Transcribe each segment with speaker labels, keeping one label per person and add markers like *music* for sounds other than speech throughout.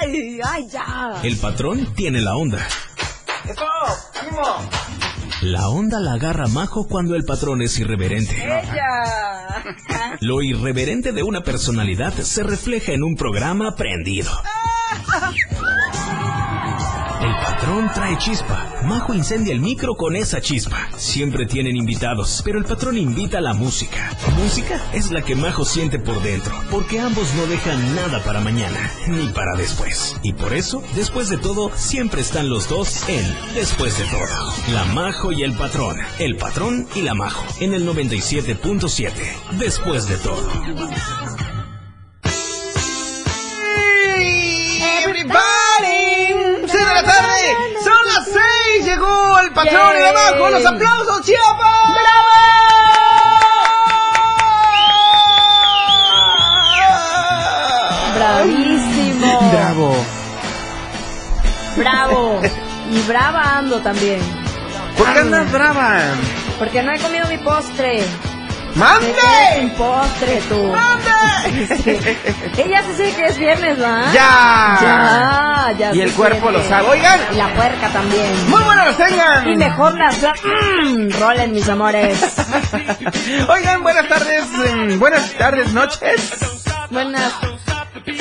Speaker 1: ¡Ay, ay, ya!
Speaker 2: El patrón tiene la onda.
Speaker 3: ¡Eso! ¡Ánimo!
Speaker 2: La onda la agarra Majo cuando el patrón es
Speaker 1: ¿Eh?
Speaker 2: irreverente.
Speaker 1: ¡Ella!
Speaker 2: Lo irreverente de una personalidad se refleja en un programa prendido. El patrón trae chispa. Majo incendia el micro con esa chispa. Siempre tienen invitados, pero el patrón invita a la música. Música es la que Majo siente por dentro, porque ambos no dejan nada para mañana, ni para después. Y por eso, después de todo, siempre están los dos en Después de todo. La Majo y el patrón. El patrón y la Majo. En el 97.7. Después de todo.
Speaker 3: ¡Everybody! ¡Seis de la tarde! ¡Son las seis! ¡Llegó el patrón y la bajo! ¡Los aplausos, Chiapas! ¡Bravo!
Speaker 1: ¡Bravísimo!
Speaker 3: ¡Bravo!
Speaker 1: ¡Bravo! Y brava ando también.
Speaker 3: ¿Por qué andas brava?
Speaker 1: Porque no he comido mi postre.
Speaker 3: ¡Mande!
Speaker 1: Mi postre, tú.
Speaker 3: ¡Mande!
Speaker 1: Ella sí sé que es viernes, ¿va?
Speaker 3: ¡Ya!
Speaker 1: Ya, ya.
Speaker 3: Y
Speaker 1: sí
Speaker 3: el cuerpo
Speaker 1: sé
Speaker 3: lo
Speaker 1: que-
Speaker 3: sabe. Oigan,
Speaker 1: Y la puerca también.
Speaker 3: muy buenas tengan.
Speaker 1: Y mejor las... Mm, rolen, mis amores.
Speaker 3: Oigan, buenas tardes, eh, buenas tardes, noches.
Speaker 1: Buenas.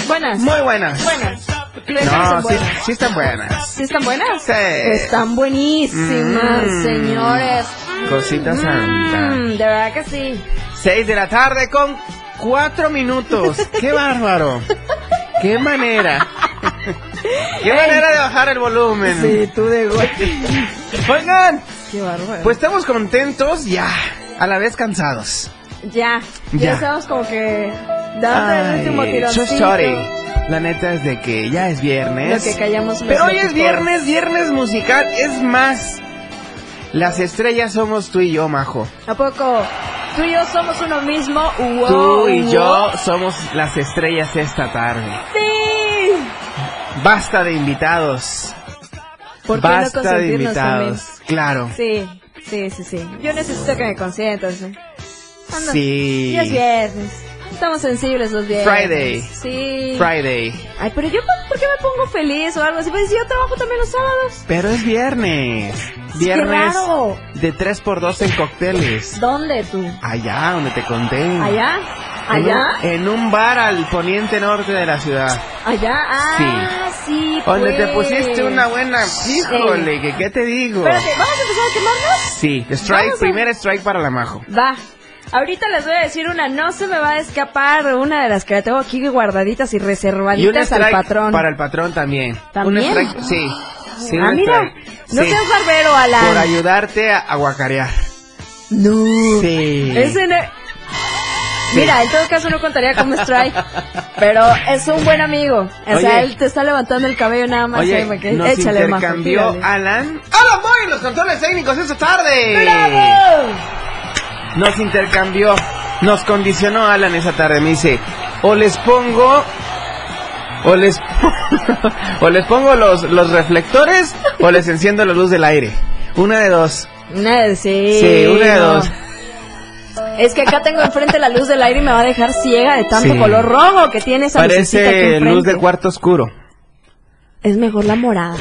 Speaker 1: Buenas.
Speaker 3: Muy buenas.
Speaker 1: Buenas. ¿Crees que
Speaker 3: No,
Speaker 1: son
Speaker 3: sí,
Speaker 1: buenas?
Speaker 3: sí están buenas.
Speaker 1: ¿Sí están buenas?
Speaker 3: Sí.
Speaker 1: Están buenísimas,
Speaker 3: Mm.
Speaker 1: señores.
Speaker 3: Cosita santa.
Speaker 1: Mm, de verdad que sí.
Speaker 3: Seis de la tarde con
Speaker 1: *laughs*
Speaker 3: cuatro minutos. ¡Qué bárbaro! ¡Qué manera! ¡Qué manera de bajar el volumen!
Speaker 1: Sí, tú de golpe.
Speaker 3: Oigan,
Speaker 1: Qué bárbaro.
Speaker 3: pues estamos contentos ya, a la vez cansados.
Speaker 1: ya, ya,
Speaker 3: ya.
Speaker 1: estamos como que dando el
Speaker 3: Ay,
Speaker 1: último tironcito.
Speaker 3: so sorry. La neta es de que ya es
Speaker 1: Lo
Speaker 3: viernes.
Speaker 1: que callamos no
Speaker 3: Pero
Speaker 1: lo
Speaker 3: hoy
Speaker 1: que
Speaker 3: es viernes, viernes musical, es más. Las estrellas somos tú y yo, Majo.
Speaker 1: corre. ¿A poco? Tú y yo somos uno mismo. Wow,
Speaker 3: Tú y
Speaker 1: wow.
Speaker 3: yo somos las estrellas esta tarde.
Speaker 1: Sí.
Speaker 3: Basta de invitados.
Speaker 1: ¿Por qué no
Speaker 3: Basta de
Speaker 1: consentirnos también?
Speaker 3: invitados. Claro.
Speaker 1: Sí, sí, sí, sí. Yo necesito que me consientas. ¿eh? Anda.
Speaker 3: Sí.
Speaker 1: Y es viernes. Estamos sensibles los viernes.
Speaker 3: Friday.
Speaker 1: Sí.
Speaker 3: Friday.
Speaker 1: Ay, pero yo, ¿por- ¿por qué me pongo feliz o algo así? Pues si yo trabajo también los sábados.
Speaker 3: Pero es viernes. Viernes
Speaker 1: Qué raro.
Speaker 3: de 3x2 en cócteles.
Speaker 1: ¿Dónde tú?
Speaker 3: Allá donde te conté.
Speaker 1: ¿Allá?
Speaker 3: En un-
Speaker 1: ¿Allá?
Speaker 3: En un bar al poniente norte de la ciudad.
Speaker 1: ¿Allá? Ah, sí.
Speaker 3: Donde te
Speaker 1: pues.
Speaker 3: pusiste una buena. Híjole, que qué te digo.
Speaker 1: Espérate, ¿vamos a empezar a quemarnos?
Speaker 3: Sí, strike,
Speaker 1: Vamos a-
Speaker 3: primer strike para la Majo.
Speaker 1: Va. Ahorita les voy a decir una, no se me va a escapar una de las que tengo aquí guardaditas y
Speaker 3: Y un
Speaker 1: reservaditas al
Speaker 3: strike
Speaker 1: patrón.
Speaker 3: para el patrón también.
Speaker 1: ¿También?
Speaker 3: Un strike, sí. sí,
Speaker 1: ah,
Speaker 3: un
Speaker 1: mira,
Speaker 3: strike.
Speaker 1: no
Speaker 3: Sí,
Speaker 1: seas barbero, Alan.
Speaker 3: Por ayudarte a aguacarear.
Speaker 1: No.
Speaker 3: Sí.
Speaker 1: Ese no- Mira, en todo caso no contaría como strike, pero es un buen amigo. O sea,
Speaker 3: Oye.
Speaker 1: él te está levantando el cabello nada más.
Speaker 3: Oye,
Speaker 1: ahí, que-
Speaker 3: nos
Speaker 1: Échale, majo,
Speaker 3: intercambió
Speaker 1: tírale.
Speaker 3: Alan. ¡Alan Boy! Los controles técnicos esta tarde.
Speaker 1: ¡Bravo!
Speaker 3: Nos intercambió. Nos condicionó Alan esa tarde. Me dice, o les pongo... O les, *laughs* o les pongo los, los reflectores o les enciendo la luz del aire. Una de dos.
Speaker 1: Una de sí.
Speaker 3: Sí, una de
Speaker 1: no.
Speaker 3: dos.
Speaker 1: Es que acá tengo enfrente la luz del aire y me va a dejar ciega de tanto
Speaker 3: Sí.
Speaker 1: color rojo que tiene esa lucecita aquí
Speaker 3: Parece
Speaker 1: enfrente.
Speaker 3: luz de cuarto oscuro.
Speaker 1: Es mejor la morada.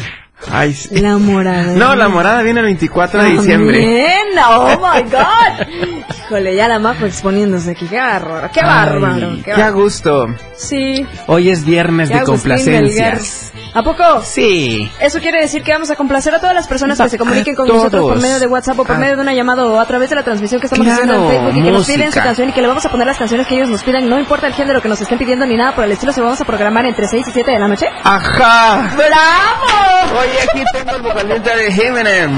Speaker 3: Ay, sí.
Speaker 1: La morada.
Speaker 3: No, la morada viene el 24 de
Speaker 1: También,
Speaker 3: diciembre.
Speaker 1: ¡Oh,
Speaker 3: *laughs*
Speaker 1: my God! Híjole, ya la majo exponiéndose aquí. ¡Qué bárbaro! ¡Qué bárbaro!
Speaker 3: Ay,
Speaker 1: qué
Speaker 3: ¡Qué a
Speaker 1: bárbaro.
Speaker 3: gusto!
Speaker 1: Sí.
Speaker 3: Hoy es viernes
Speaker 1: Ya
Speaker 3: de
Speaker 1: Agustín
Speaker 3: complacencias.
Speaker 1: Melgar. ¿A poco?
Speaker 3: Sí.
Speaker 1: Eso quiere decir que vamos a complacer a todas las personas que se comuniquen con
Speaker 3: A todos.
Speaker 1: nosotros por medio de WhatsApp o por
Speaker 3: A-
Speaker 1: medio de una llamada o a través de la transmisión que estamos
Speaker 3: Claro,
Speaker 1: haciendo en Facebook y que nos piden su
Speaker 3: música.
Speaker 1: canción y que le vamos a poner las canciones que ellos nos pidan, no importa el género que nos estén pidiendo ni nada por el estilo, se lo vamos a programar entre 6 y 7 de la noche.
Speaker 3: ¡Ajá!
Speaker 1: ¡Bravo!
Speaker 3: Oye, aquí tengo el vocalista de Jiménez.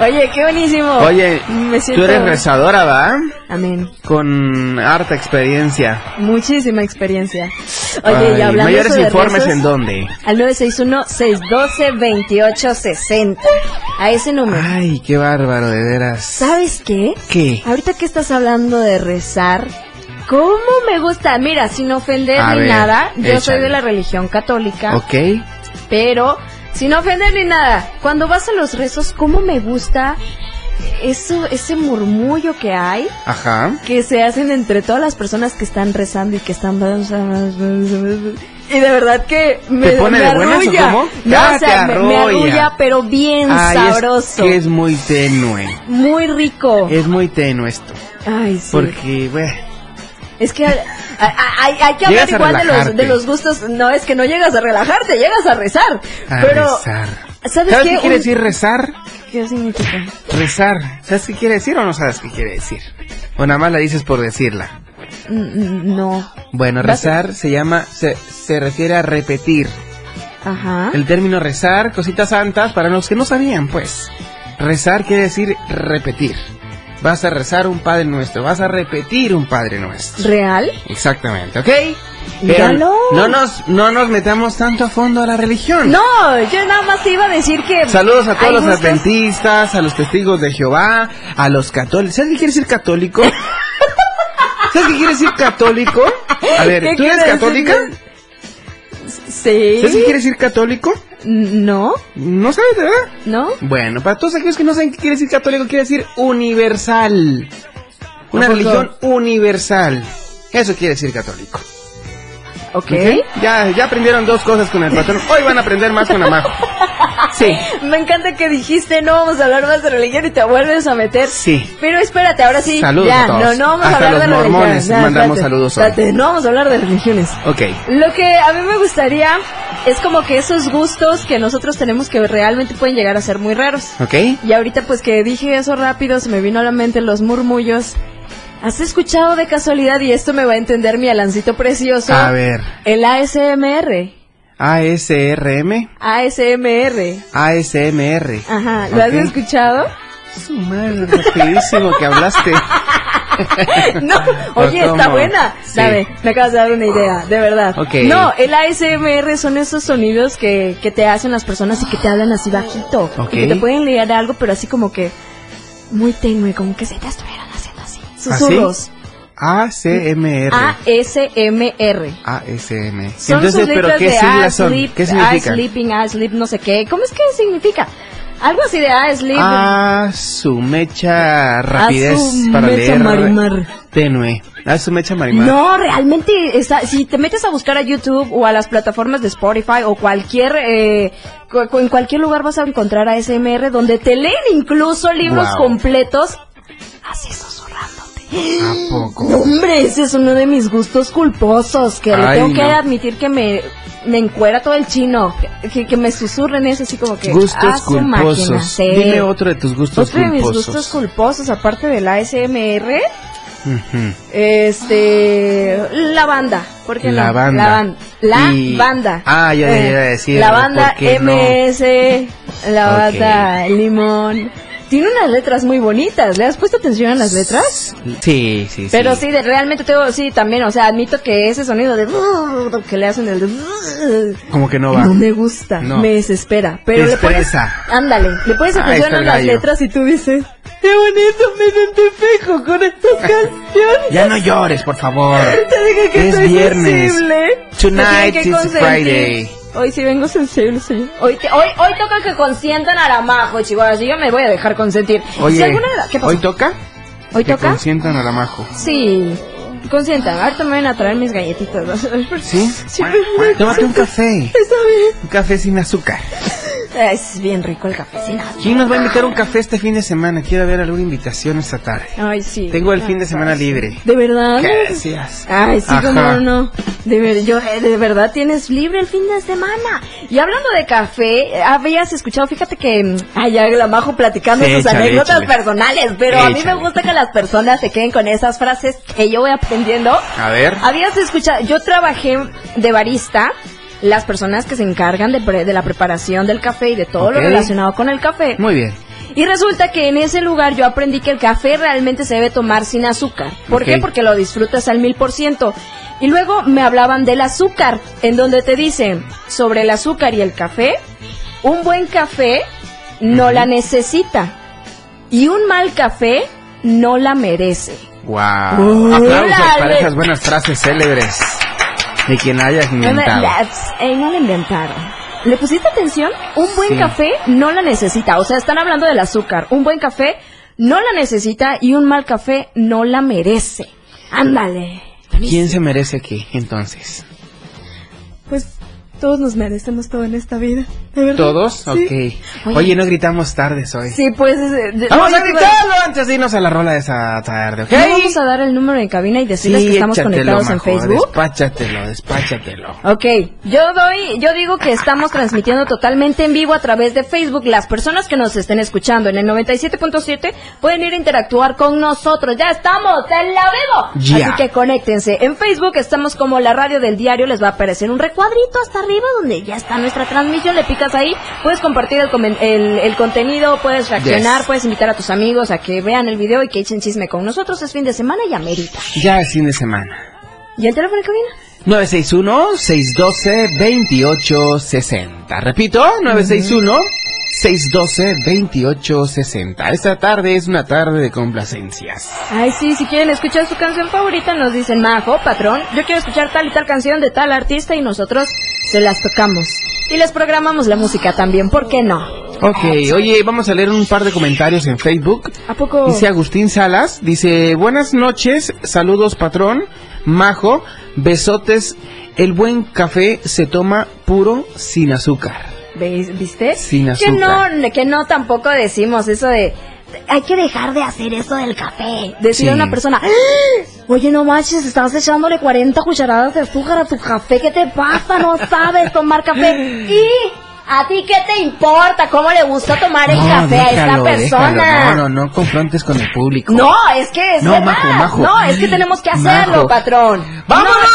Speaker 1: Oye, qué buenísimo.
Speaker 3: Oye,
Speaker 1: Me siento-
Speaker 3: tú eres rezadora, ¿va?
Speaker 1: Amén.
Speaker 3: Con harta experiencia.
Speaker 1: Muchísima experiencia. Oye, y
Speaker 3: Ay,
Speaker 1: hablando
Speaker 3: mayores
Speaker 1: eso de
Speaker 3: informes
Speaker 1: rezos,
Speaker 3: en dónde.
Speaker 1: Al 961-612-2860. A ese número.
Speaker 3: Ay, qué bárbaro, de veras.
Speaker 1: ¿Sabes qué?
Speaker 3: ¿Qué?
Speaker 1: Ahorita que estás hablando de rezar, ¿cómo me gusta? Mira, sin ofender
Speaker 3: A
Speaker 1: ni
Speaker 3: ver,
Speaker 1: nada, yo soy
Speaker 3: échale.
Speaker 1: de la religión católica,
Speaker 3: ¿Ok?
Speaker 1: pero sin ofender ni nada, cuando vas a los rezos, ¿cómo me gusta eso, ese murmullo que hay?
Speaker 3: Ajá.
Speaker 1: que se hacen entre todas las personas que están rezando y que están y de verdad que me,
Speaker 3: ¿Te pone
Speaker 1: me
Speaker 3: de buenas o
Speaker 1: arrulla.
Speaker 3: cómo?
Speaker 1: No,
Speaker 3: Ah,
Speaker 1: o sea,
Speaker 3: te
Speaker 1: me, me
Speaker 3: arrulla.
Speaker 1: arrulla, pero bien
Speaker 3: Ay, es
Speaker 1: sabroso.
Speaker 3: que es Eh, muy tenue.
Speaker 1: Muy rico.
Speaker 3: Es muy tenue esto.
Speaker 1: Ay, sí.
Speaker 3: Porque, bueno.
Speaker 1: Es que hay, hay- hay que hablar
Speaker 3: Llegas a
Speaker 1: igual de los,
Speaker 3: relajarte.
Speaker 1: de los gustos. No, es que no llegas a relajarte, llegas a rezar.
Speaker 3: A
Speaker 1: pero,
Speaker 3: rezar.
Speaker 1: ¿sabes,
Speaker 3: ¿Sabes
Speaker 1: qué?
Speaker 3: qué quiere
Speaker 1: Un-
Speaker 3: decir rezar?
Speaker 1: ¿Qué significa?
Speaker 3: Rezar. ¿Sabes qué quiere decir o no sabes qué quiere decir? O nada más la dices por decirla.
Speaker 1: Mm, mm, No.
Speaker 3: Bueno,
Speaker 1: Vas-
Speaker 3: rezar se llama, se, se refiere a repetir.
Speaker 1: Ajá.
Speaker 3: El término rezar, cositas santas, para los que no sabían, pues. Rezar quiere decir repetir. Vas a rezar un Padre Nuestro, vas a repetir un Padre Nuestro.
Speaker 1: ¿Real?
Speaker 3: Exactamente, ¿ok?
Speaker 1: Míralo.
Speaker 3: no nos, no nos metamos tanto a fondo a la religión.
Speaker 1: No, yo nada más te iba a decir que.
Speaker 3: Saludos a
Speaker 1: hay
Speaker 3: todos los
Speaker 1: gustos-
Speaker 3: adventistas, a los testigos de Jehová, a los católicos. ¿Sabes qué quiere
Speaker 1: *laughs*
Speaker 3: decir católico? ¿Sabes qué quiere decir católico? A
Speaker 1: ¿Qué
Speaker 3: ver, ¿tú eres
Speaker 1: quiere
Speaker 3: católica?
Speaker 1: decir? Sí.
Speaker 3: ¿Sabes qué quiere decir católico?
Speaker 1: No,
Speaker 3: No sabes, ¿verdad?
Speaker 1: no.
Speaker 3: Bueno, para todos aquellos que no saben qué quiere decir católico, quiere decir universal. Una
Speaker 1: ¿A poco?
Speaker 3: religión universal. Eso quiere decir católico.
Speaker 1: Ok.
Speaker 3: ¿Ok? Ya, ya aprendieron dos cosas *laughs* con el patrón. Hoy van a aprender más con Amajo. Sí.
Speaker 1: Me encanta que dijiste no vamos a hablar más de religión y te vuelves a meter.
Speaker 3: Sí.
Speaker 1: Pero espérate, ahora sí.
Speaker 3: Saludos
Speaker 1: ya,
Speaker 3: a todos.
Speaker 1: no, no vamos
Speaker 3: Hasta
Speaker 1: a hablar
Speaker 3: los
Speaker 1: de religiones.
Speaker 3: mormones
Speaker 1: Ya,
Speaker 3: mandamos
Speaker 1: espérate,
Speaker 3: saludos hoy.
Speaker 1: espérate, no vamos a hablar de religiones.
Speaker 3: Ok.
Speaker 1: Lo que a mí me gustaría es como que esos gustos que nosotros tenemos que realmente pueden llegar a ser muy raros.
Speaker 3: ¿Ok?
Speaker 1: Y ahorita pues que dije eso rápido, se me vino a la mente los murmullos. ¿Has escuchado de casualidad, y esto me va a entender mi alancito precioso,
Speaker 3: A ver.
Speaker 1: el ASMR?
Speaker 3: ASRM.
Speaker 1: ASMR.
Speaker 3: ASMR.
Speaker 1: Ajá, ¿lo has
Speaker 3: Ok.
Speaker 1: escuchado?
Speaker 3: *laughs* Su madre, rapidísimo que *laughs* hablaste.
Speaker 1: No, oye,
Speaker 3: ¿O
Speaker 1: está
Speaker 3: cómo?
Speaker 1: buena.
Speaker 3: Sí.
Speaker 1: Dame, me acabas de dar una idea, de verdad.
Speaker 3: Ok.
Speaker 1: No, el ASMR son esos sonidos que, que te hacen las personas y que te hablan así bajito.
Speaker 3: Ok.
Speaker 1: Y que te pueden leer algo, pero así como que muy tenue, como que se te estuvieran haciendo así.
Speaker 3: ¿Ah,
Speaker 1: Susurros.
Speaker 3: ASMR.
Speaker 1: ASMR.
Speaker 3: ASM.
Speaker 1: Son
Speaker 3: Entonces,
Speaker 1: sus
Speaker 3: ¿pero
Speaker 1: letras
Speaker 3: qué
Speaker 1: de I
Speaker 3: siglas son?
Speaker 1: sleep,
Speaker 3: ¿Qué
Speaker 1: I
Speaker 3: significan?
Speaker 1: sleeping, I sleep, no sé qué. ¿Cómo es que significa? Algo así de I sleep.
Speaker 3: A su mecha Ah, rapidez
Speaker 1: A su
Speaker 3: para
Speaker 1: mecha
Speaker 3: leer.
Speaker 1: marimar.
Speaker 3: Tenue. A su mecha marimar.
Speaker 1: No, realmente, está, si te metes a buscar a YouTube o a las plataformas de Spotify o cualquier, eh, cu- cu- en cualquier lugar vas a encontrar a SMR donde te leen incluso libros
Speaker 3: Wow.
Speaker 1: completos, así susurrándote.
Speaker 3: ¿A poco?
Speaker 1: No, hombre, ese es uno de mis gustos culposos, que le
Speaker 3: Ay,
Speaker 1: tengo que
Speaker 3: no.
Speaker 1: admitir que me, me encuera todo el chino, que, que me susurren eso así como que... "Ah,
Speaker 3: Gustos
Speaker 1: su máquina,
Speaker 3: culposos.
Speaker 1: sí".
Speaker 3: Dime otro de tus gustos
Speaker 1: Otro de mis
Speaker 3: culposos.
Speaker 1: gustos culposos, aparte del ASMR,
Speaker 3: Ujú.
Speaker 1: este, la banda, ¿por qué no?
Speaker 3: La banda.
Speaker 1: La, ban- la
Speaker 3: Y-
Speaker 1: banda.
Speaker 3: Ah, yo
Speaker 1: Eh,
Speaker 3: iba a decir,
Speaker 1: La banda
Speaker 3: ¿por qué no?
Speaker 1: MS, la
Speaker 3: Ok.
Speaker 1: banda Limón. Tiene unas letras muy bonitas. ¿Le has puesto atención a las letras?
Speaker 3: Sí, sí, sí.
Speaker 1: Pero sí, de- realmente tengo, sí, también, o sea, admito que ese sonido de que le hacen el de-
Speaker 3: Como que no va.
Speaker 1: no me gusta,
Speaker 3: No.
Speaker 1: me desespera. Pero
Speaker 3: Te
Speaker 1: le pones,
Speaker 3: estresa.
Speaker 1: ándale, le pones
Speaker 3: Ahí
Speaker 1: atención
Speaker 3: está
Speaker 1: a
Speaker 3: el
Speaker 1: las
Speaker 3: gallo.
Speaker 1: letras y tú dices, qué bonito me identifico con estas
Speaker 3: *laughs*
Speaker 1: canciones.
Speaker 3: Ya no llores,
Speaker 1: *laughs*
Speaker 3: por favor.
Speaker 1: Te dije que
Speaker 3: Es
Speaker 1: soy
Speaker 3: viernes.
Speaker 1: sensible.
Speaker 3: Tonight
Speaker 1: Me tienen que
Speaker 3: is
Speaker 1: consentir.
Speaker 3: Friday.
Speaker 1: Hoy sí vengo sensible, señor. Hoy, te- hoy, hoy toca que consientan a la majo, chihuahua. Si yo me voy a dejar consentir. si
Speaker 3: Oye,
Speaker 1: alguna de la- ¿qué pasó?
Speaker 3: ¿hoy toca?
Speaker 1: ¿Hoy
Speaker 3: Que
Speaker 1: toca?
Speaker 3: consientan a la majo.
Speaker 1: Sí, consientan. Ahorita me van a traer mis galletitas. ¿no? *laughs*
Speaker 3: ¿Sí?
Speaker 1: Sí, pero-
Speaker 3: Tómate un café.
Speaker 1: Está bien.
Speaker 3: Un café sin azúcar.
Speaker 1: Es bien rico el cafecino.
Speaker 3: ¿Quién nos va a invitar a un café este fin de semana? Quiero ver alguna invitación esta tarde.
Speaker 1: Ay, sí. Ah.
Speaker 3: Tengo el fin de semana libre.
Speaker 1: ¿De verdad?
Speaker 3: Gracias.
Speaker 1: Ay, sí,
Speaker 3: Ajá.
Speaker 1: como no. De, ver- yo, eh, de verdad tienes libre el fin de semana. Y hablando de café, eh, habías escuchado, fíjate que. mm, Ay, ya la majo platicando
Speaker 3: Sí,
Speaker 1: sus
Speaker 3: échale,
Speaker 1: anécdotas
Speaker 3: échale.
Speaker 1: personales. Pero a mí me
Speaker 3: Échale.
Speaker 1: gusta que las personas se queden con esas frases que yo voy aprendiendo.
Speaker 3: A ver.
Speaker 1: Habías escuchado, yo trabajé de barista. Las personas que se encargan de, pre- de la preparación del café y de todo
Speaker 3: Ok.
Speaker 1: lo relacionado con el café.
Speaker 3: Muy bien.
Speaker 1: Y Y resulta que en ese lugar yo aprendí que el café realmente se debe tomar sin azúcar. ¿Por
Speaker 3: Ok.
Speaker 1: qué? Porque lo disfrutas al mil por ciento. Y luego me hablaban del azúcar, en donde te dicen sobre el azúcar y el café, un buen café no la necesita y un mal café no la merece.
Speaker 3: Wow.
Speaker 1: Uh,
Speaker 3: Aplausos para
Speaker 1: órale.
Speaker 3: esas buenas frases célebres de quien la hayas
Speaker 1: No me-
Speaker 3: inventado.
Speaker 1: that's- eh, no la inventaron. ¿Le pusiste atención? Un buen
Speaker 3: Sí.
Speaker 1: café no la necesita. O sea, están hablando del azúcar. Un buen café no la necesita y un mal café no la merece. Ándale.
Speaker 3: ¿Quién se merece qué entonces?
Speaker 4: Pues todos nos merecemos todo en esta vida. ¿De verdad?
Speaker 3: ¿Todos?
Speaker 4: Sí.
Speaker 3: Ok. Oye, no gritamos tardes hoy.
Speaker 1: Sí, pues... eh, de-
Speaker 3: Vamos a
Speaker 1: no,
Speaker 3: gritarlo antes de irnos a la rola de esa tarde, ¿ok?
Speaker 1: no, vamos a dar el número de cabina y decirles que estamos
Speaker 3: échatelo,
Speaker 1: conectados en
Speaker 3: majo,
Speaker 1: Facebook.
Speaker 3: Despáchatelo, despáchatelo.
Speaker 1: Ok, yo doy, yo digo que estamos transmitiendo totalmente en vivo a través de Facebook. Las personas que nos estén escuchando en el 97.7 pueden ir a interactuar con nosotros. Ya estamos en la vivo.
Speaker 3: Ya.
Speaker 1: Así que conéctense. En Facebook estamos como la radio del diario. Les va a aparecer un recuadrito hasta arriba donde ya está nuestra transmisión. Le picas ahí, puedes compartir el, comen- el- el contenido, puedes reaccionar,
Speaker 3: Yes.
Speaker 1: puedes invitar a tus amigos a que vean el video y que echen chisme con nosotros. Es fin de semana y amerita.
Speaker 3: Ya es fin de semana.
Speaker 1: ¿Y el teléfono de cabina?
Speaker 3: 961-612-2860. Repito, 961-612-2860. Esta tarde es una tarde de complacencias.
Speaker 1: Ay, sí, si quieren escuchar su canción favorita, nos dicen, Majo, patrón, yo quiero escuchar tal y tal canción de tal artista y nosotros se las tocamos. Y les programamos la música también, ¿por qué no?
Speaker 3: Ok, oye, vamos a leer un par de comentarios en Facebook.
Speaker 1: ¿A poco?
Speaker 3: Dice Agustín Salas, dice, buenas noches, saludos patrón, majo, besotes, el buen café se toma puro sin azúcar.
Speaker 1: ¿Veis- ¿Viste?
Speaker 3: Sin
Speaker 1: que
Speaker 3: azúcar.
Speaker 1: no, que no tampoco decimos eso de... Hay que dejar de hacer eso del café. Decir
Speaker 3: Sí.
Speaker 1: a una persona, "Ah, oye, no manches, estás echándole 40 cucharadas de azúcar a tu café, ¿qué te pasa? No sabes tomar
Speaker 3: *laughs*
Speaker 1: café. Y a ti, ¿qué te importa? ¿Cómo le gusta tomar el café a
Speaker 3: déjalo,
Speaker 1: esta persona?
Speaker 3: déjalo, no, no, no confrontes con el público.
Speaker 1: No, es que es
Speaker 3: No,
Speaker 1: verdad.
Speaker 3: majo, majo.
Speaker 1: No, es que tenemos que hacerlo,
Speaker 3: Majo.
Speaker 1: patrón.
Speaker 3: ¡Vámonos!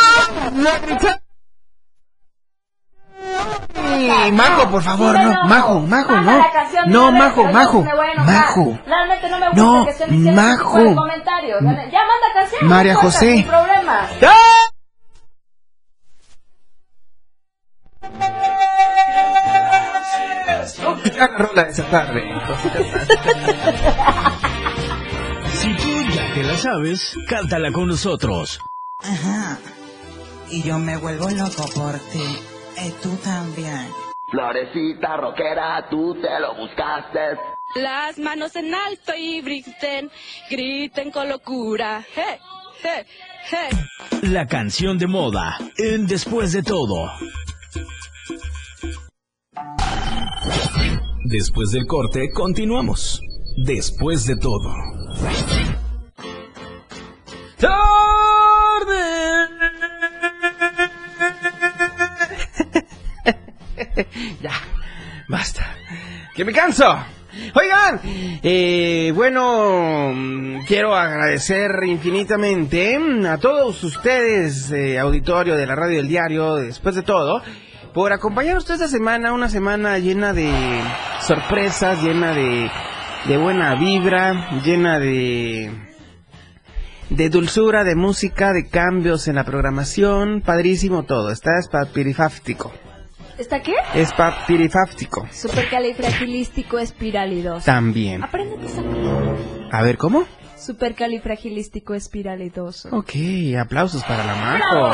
Speaker 3: La grita- Ay, Majo, por favor,
Speaker 1: No,
Speaker 3: no,
Speaker 1: no.
Speaker 3: Majo, Majo,
Speaker 1: Baja
Speaker 3: no.
Speaker 1: la canción de
Speaker 3: No,
Speaker 1: una vez,
Speaker 3: Majo,
Speaker 1: pero yo
Speaker 3: Majo,
Speaker 1: me voy a enojar.
Speaker 3: Majo.
Speaker 1: Realmente no me gusta
Speaker 3: No,
Speaker 1: que estén diciendo ese tipo de
Speaker 3: Majo.
Speaker 1: comentarios. Ya manda canción.
Speaker 3: María
Speaker 1: no importa,
Speaker 3: José.
Speaker 1: Sin problemas.
Speaker 3: ¡Ah! Oh, ya la rola de esa tarde.
Speaker 2: Si tú ya te la sabes, cántala con nosotros.
Speaker 5: Ajá. Y yo me vuelvo loco por ti. Y tú también.
Speaker 6: Florecita rockera, tú te lo buscaste.
Speaker 7: Las manos en alto y griten, griten con locura. Hey, hey, hey.
Speaker 2: La canción de moda en Después de todo. Después del corte, continuamos. Después de todo.
Speaker 3: *laughs* ya, basta. Que me canso. Oigan, eh, bueno, mm, quiero agradecer infinitamente a todos ustedes, eh, auditorio de la radio del diario, después de todo, por acompañarnos toda esta semana, una semana llena de sorpresas, llena de, de buena vibra, llena de de dulzura, de música, de cambios en la programación, padrísimo todo, está espapirifáftico.
Speaker 1: ¿Está qué?
Speaker 3: Es papirifáftico.
Speaker 1: Supercalifragilístico espiralidoso.
Speaker 3: También.
Speaker 1: Apréndete esa.
Speaker 3: A ver, ¿cómo?
Speaker 1: Supercalifragilístico espiralidoso.
Speaker 3: Ok, aplausos para la Majo.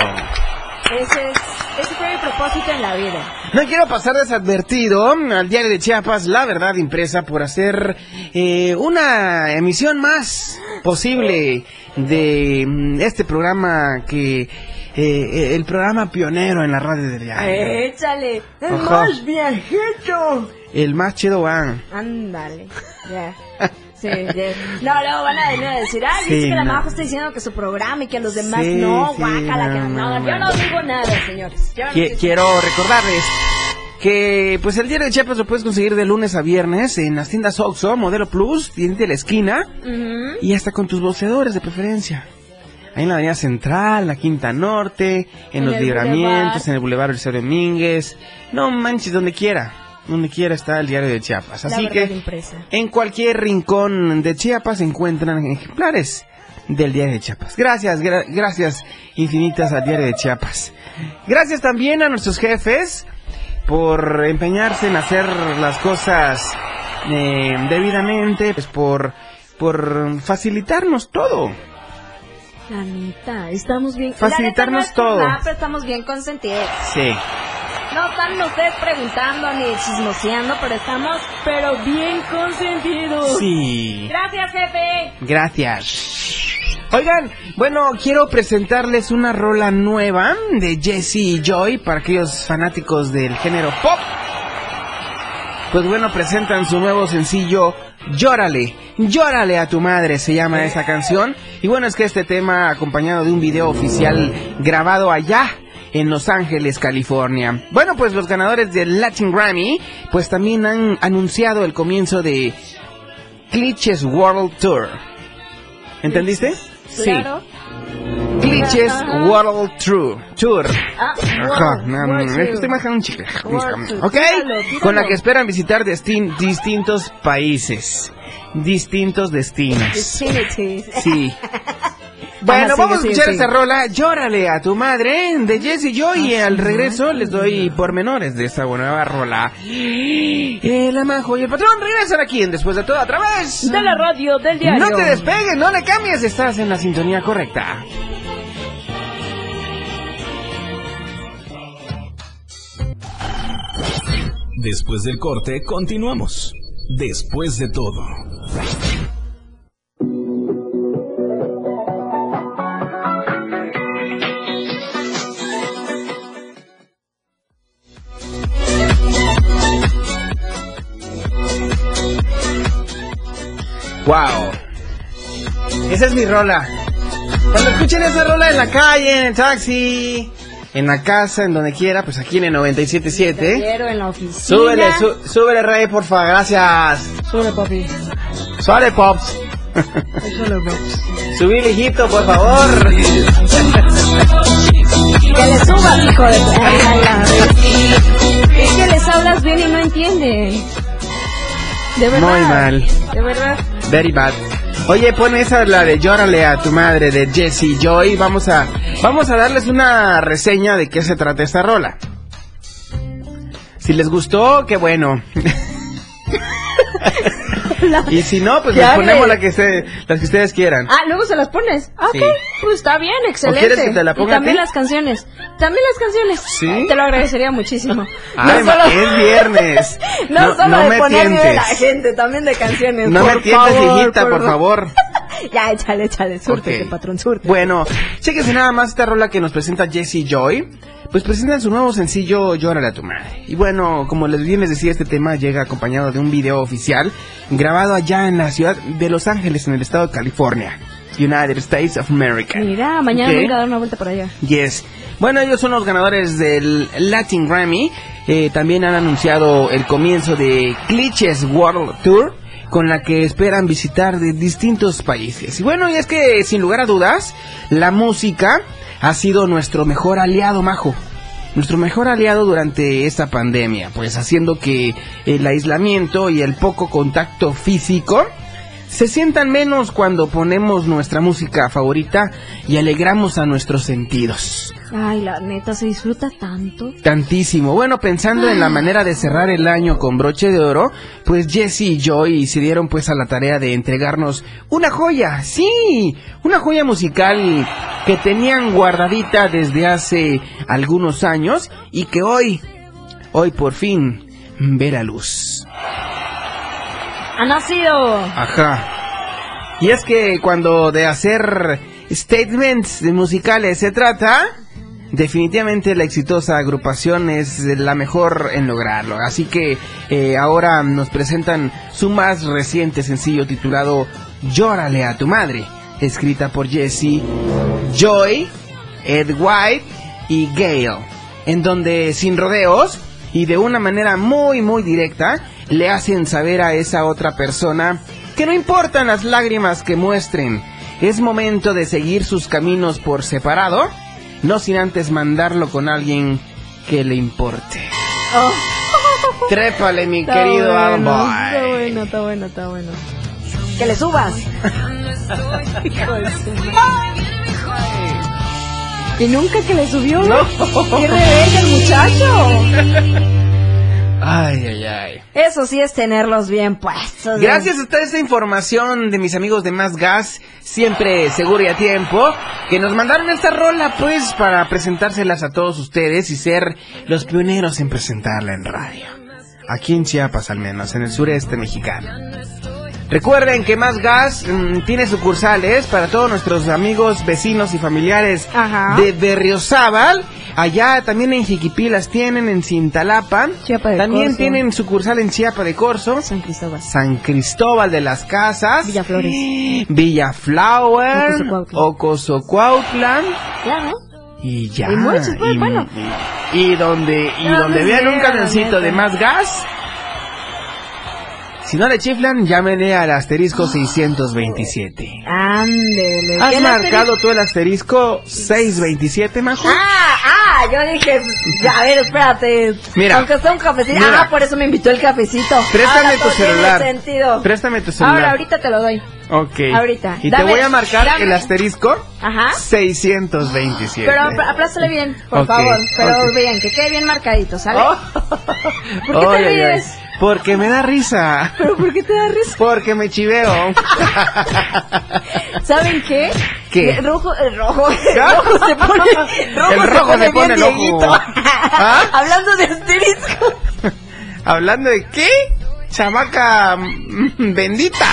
Speaker 1: Ese es, ese fue mi propósito en la vida.
Speaker 3: No quiero pasar desadvertido al diario de Chiapas, la verdad impresa, por hacer eh, una emisión más posible de mm, este programa que... eh, eh, el programa pionero en la radio del diario.
Speaker 1: Échale. Es
Speaker 3: Ajá.
Speaker 1: más viejito.
Speaker 3: El más chido ah. van.
Speaker 1: Ándale.
Speaker 3: *laughs*
Speaker 1: Ya. Sí, ya. No, luego van a venir a decir, ay,
Speaker 3: Sí,
Speaker 1: dice que la
Speaker 3: no.
Speaker 1: Majo está diciendo que su programa y que a los demás
Speaker 3: Sí,
Speaker 1: no,
Speaker 3: sí,
Speaker 1: guácala, que
Speaker 3: no,
Speaker 1: no,
Speaker 3: no,
Speaker 1: Yo
Speaker 3: no.
Speaker 1: no digo nada, señores. Yo no
Speaker 3: Qui-
Speaker 1: digo-
Speaker 3: quiero recordarles que pues el diario de Chiapas lo puedes conseguir de lunes a viernes en las tiendas Oxxo, Modelo Plus, tienda de la esquina
Speaker 1: Ujú.
Speaker 3: y hasta con tus boceadores de preferencia. Ahí en la Avenida Central, la Quinta Norte, en,
Speaker 1: En
Speaker 3: los
Speaker 1: el
Speaker 3: libramientos,
Speaker 1: Boulevard.
Speaker 3: en el Boulevard Eliseo Domínguez, no manches donde quiera. Donde quiera está el diario de Chiapas.
Speaker 1: La
Speaker 3: Así
Speaker 1: verdad
Speaker 3: que
Speaker 1: impresa.
Speaker 3: en cualquier rincón de Chiapas se encuentran ejemplares del diario de Chiapas. Gracias, gra- gracias infinitas al diario de Chiapas. Gracias también a nuestros jefes por empeñarse en hacer las cosas eh, debidamente, pues por, por facilitarnos todo.
Speaker 1: La neta, estamos bien.
Speaker 3: Facilitarnos
Speaker 1: La neta no es por
Speaker 3: todo.
Speaker 1: nada, pero estamos bien consentidos.
Speaker 3: Sí.
Speaker 1: No están ustedes preguntando ni chismoseando, pero estamos, pero bien consentidos.
Speaker 3: Sí.
Speaker 1: Gracias, jefe.
Speaker 3: Gracias. Oigan, bueno, quiero presentarles una rola nueva de Jesse y Joy para aquellos fanáticos del género pop. Pues bueno, presentan su nuevo sencillo Llórale, llórale a tu madre se llama esa canción. Y bueno, es que este tema acompañado de un video oficial grabado allá en Los Ángeles, California. Bueno, pues los ganadores del Latin Grammy pues también han anunciado el comienzo de Cliches World Tour. ¿Entendiste?
Speaker 1: Claro.
Speaker 3: Cliches
Speaker 1: Ajá.
Speaker 3: World Tour. Tour.
Speaker 1: Ah,
Speaker 3: Ajá, Este
Speaker 1: wow,
Speaker 3: no,
Speaker 1: wow,
Speaker 3: no, no,
Speaker 1: sí.
Speaker 3: es que estoy manejando un chicle.
Speaker 1: World Tour.
Speaker 3: ¿Ok?
Speaker 1: Tíralo, tíralo.
Speaker 3: Con la que esperan visitar destin- distintos países. Distintos destinos.
Speaker 1: Chinichis. *laughs*
Speaker 3: Sí. Bueno,
Speaker 1: Ajá, sigue,
Speaker 3: vamos a
Speaker 1: sigue,
Speaker 3: escuchar
Speaker 1: sigue.
Speaker 3: esa rola. Llórale a tu madre de Jesse y yo. Y
Speaker 1: Ah,
Speaker 3: al regreso les doy pormenores de esa nueva rola. El amajo y el patrón regresan aquí en Después de todo a través.
Speaker 1: De la radio, del diario.
Speaker 3: No te despegues, no le cambies. Estás en la sintonía correcta.
Speaker 2: Después del corte, continuamos. Después de todo.
Speaker 3: Wow. Esa es mi rola. Cuando escuchen esa rola en la calle, en el taxi, en la casa, en donde quiera, pues aquí en el 977.
Speaker 1: Quiero en la oficina.
Speaker 3: Súbele, su- súbele, Rey, porfa, gracias.
Speaker 4: Sube, papi.
Speaker 3: Suave, Pops.
Speaker 4: Sube, papi.
Speaker 3: Subile, hijito, por favor.
Speaker 1: Que le subas, hijo de tu- Ay, la vez. Es que les hablas bien y no entienden. De verdad.
Speaker 3: Muy mal.
Speaker 1: De verdad.
Speaker 3: Very bad. Oye, pon esa la de Llórale a tu madre de Jesse Joy. Vamos a, vamos a darles una reseña de qué se trata esta rola. Si les gustó, qué bueno. *laughs* y si no, pues
Speaker 1: Qué
Speaker 3: les
Speaker 1: agre.
Speaker 3: ponemos la que se, las que ustedes quieran.
Speaker 1: Ah, luego se las pones. Ah, Ok,
Speaker 3: Sí.
Speaker 1: pues está bien, excelente.
Speaker 3: quieres que te la ponga
Speaker 1: y
Speaker 3: a
Speaker 1: también
Speaker 3: ti?
Speaker 1: las canciones. También las canciones.
Speaker 3: ¿Sí?
Speaker 1: Te lo agradecería
Speaker 3: *laughs*
Speaker 1: muchísimo.
Speaker 3: Ay, ma- es viernes.
Speaker 1: Ah, *laughs* no, solo de
Speaker 3: me
Speaker 1: ponerme de la
Speaker 3: tientes.
Speaker 1: gente, también de canciones.
Speaker 3: No me
Speaker 1: por
Speaker 3: tientes,
Speaker 1: favor,
Speaker 3: hijita, por favor.
Speaker 1: Ya, échale, échale, súrtete,
Speaker 3: Ok.
Speaker 1: patrón, surte.
Speaker 3: Bueno, chéquese nada más esta rola que nos presenta Jesse Joy. Pues presentan su nuevo sencillo Llórale a tu madre. Y bueno, como les bien les decía, este tema llega acompañado de un video oficial grabado allá en la ciudad de Los Ángeles, en el estado de California, United States of America.
Speaker 1: Mira, mañana
Speaker 3: Ok.
Speaker 1: venga a dar una vuelta por allá.
Speaker 3: Yes. Bueno, ellos son los ganadores del Latin Grammy. Eh, también han anunciado el comienzo de Cliches World Tour, con la que esperan visitar de distintos países. Y bueno, y es que sin lugar a dudas, la música ha sido nuestro mejor aliado, Majo. Nuestro mejor aliado durante esta pandemia, pues haciendo que el aislamiento y el poco contacto físico se sientan menos cuando ponemos nuestra música favorita y alegramos a nuestros sentidos.
Speaker 1: Ay, la neta, se disfruta tanto.
Speaker 3: Tantísimo. Bueno, pensando en la manera de cerrar el año con broche de oro, pues Jesse y Joy se dieron pues a la tarea de entregarnos una joya, sí, una joya musical que tenían guardadita desde hace algunos años y que hoy, hoy por fin, ve la luz.
Speaker 1: Ha nacido.
Speaker 3: Ajá. Y es que cuando de hacer statements musicales se trata, definitivamente la exitosa agrupación es la mejor en lograrlo. Así que eh, ahora nos presentan su más reciente sencillo titulado Llórale a tu madre, escrita por Jesse, Joy, Ed White y Gale, en donde sin rodeos y de una manera muy muy directa le hacen saber a esa otra persona que no importan las lágrimas que muestren, es momento de seguir sus caminos por separado, no sin antes mandarlo con alguien que le importe.
Speaker 1: Oh.
Speaker 3: Trépale, mi
Speaker 4: Está
Speaker 3: querido
Speaker 4: bueno, Está
Speaker 3: Amboy.
Speaker 4: bueno, está bueno, está bueno.
Speaker 1: Que
Speaker 4: *laughs*
Speaker 1: le subas. y nunca que le subió.
Speaker 3: No.
Speaker 1: Qué rebelde el muchacho.
Speaker 3: *laughs* Ay, ay, ay.
Speaker 1: Eso sí es tenerlos bien puestos.
Speaker 3: Gracias a toda esta información de mis amigos de Más Gas, siempre segura y a tiempo, que nos mandaron esta rola pues para presentárselas a todos ustedes y ser los pioneros en presentarla en radio. Aquí en Chiapas al menos, en el sureste mexicano. Recuerden que Más Gas mm, tiene sucursales para todos nuestros amigos, vecinos y familiares
Speaker 1: Ajá.
Speaker 3: de Berriozábal. Allá también en Jiquipí las tienen, en Cintalapa.
Speaker 1: Chiapa de
Speaker 3: también
Speaker 1: Corzo.
Speaker 3: tienen sucursal en Chiapa de Corzo.
Speaker 1: San Cristóbal.
Speaker 3: San Cristóbal de las Casas,
Speaker 1: Villaflores.
Speaker 3: Villa Flower,
Speaker 1: Ocosocuautla.
Speaker 3: Ocosocuautla
Speaker 1: Claro.
Speaker 3: y ya.
Speaker 1: Y muchos, pues, bueno.
Speaker 3: y- y donde y
Speaker 1: No,
Speaker 3: donde
Speaker 1: no
Speaker 3: vean
Speaker 1: sé,
Speaker 3: un
Speaker 1: la
Speaker 3: camioncito de
Speaker 1: neta.
Speaker 3: más gas. Si no le chiflan, llámenle al asterisco 627.
Speaker 1: Ándele.
Speaker 3: ¿Has
Speaker 1: ¿Qué le
Speaker 3: marcado tú el asterisco 627, Majo?
Speaker 1: Ah, ah, yo dije, a ver, espérate.
Speaker 3: Mira.
Speaker 1: Aunque sea un cafecito.
Speaker 3: Mira.
Speaker 1: ah, por eso me invitó el cafecito.
Speaker 3: Préstame
Speaker 1: Ahora
Speaker 3: tu
Speaker 1: todo tiene
Speaker 3: celular.
Speaker 1: sentido.
Speaker 3: Préstame tu celular.
Speaker 1: Ahora, ahorita te lo doy.
Speaker 3: Ok.
Speaker 1: Ahorita.
Speaker 3: Y
Speaker 1: Dame,
Speaker 3: te voy a marcar
Speaker 1: dame.
Speaker 3: el asterisco
Speaker 1: Ajá.
Speaker 3: 627.
Speaker 1: Pero apl- aplástale bien, por
Speaker 3: Ok,
Speaker 1: favor. Pero
Speaker 3: ok.
Speaker 1: bien, que quede bien marcadito, ¿sale?
Speaker 3: Oh.
Speaker 1: *laughs* ¿Por qué te
Speaker 3: Ay, ay, ay.
Speaker 1: ríes?
Speaker 3: Porque me da risa.
Speaker 1: ¿Pero por qué te da risa?
Speaker 3: Porque me chiveo.
Speaker 1: ¿Saben qué?
Speaker 3: ¿Qué?
Speaker 1: El rojo, el
Speaker 3: *laughs*
Speaker 1: rojo, el rojo se pone, rojo
Speaker 3: El
Speaker 1: se
Speaker 3: rojo
Speaker 1: pone
Speaker 3: me pone
Speaker 1: bien
Speaker 3: el ojo.
Speaker 1: Dieguito.
Speaker 3: ¿Ah?
Speaker 1: *laughs* Hablando de asterisco.
Speaker 3: Hablando de qué? Chamaca mm, bendita.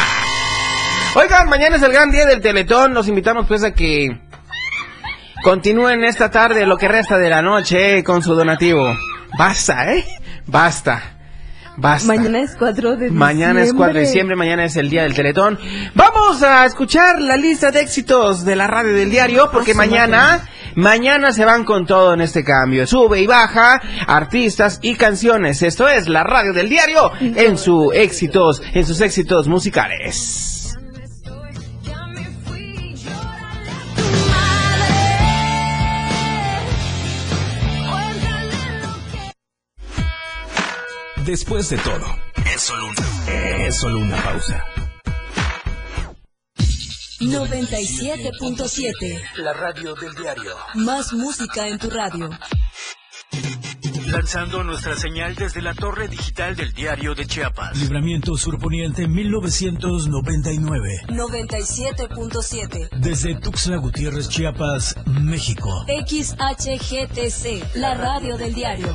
Speaker 3: Oigan, mañana es el gran día del Teletón. Los invitamos pues a que continúen esta tarde, lo que resta de la noche, eh, con su donativo. Basta, ¿eh? Basta. Basta.
Speaker 1: Mañana es 4 de diciembre.
Speaker 3: Mañana es 4 de diciembre, mañana es el día del Teletón. Vamos a escuchar la lista de éxitos de la radio del diario porque mañana, mañana se van con todo en este cambio. Sube y baja artistas y canciones. Esto es la radio del diario en sus éxitos, en sus éxitos musicales.
Speaker 2: Después de todo, es solo una, es solo una pausa.
Speaker 8: 97.7.
Speaker 6: La radio del diario.
Speaker 8: Más música en tu radio.
Speaker 9: Lanzando nuestra señal desde la torre digital del diario de Chiapas.
Speaker 2: Libramiento Surponiente 1999.
Speaker 8: 97.7.
Speaker 2: Desde Tuxtla Gutiérrez, Chiapas, México.
Speaker 8: XHGTC, la radio del diario.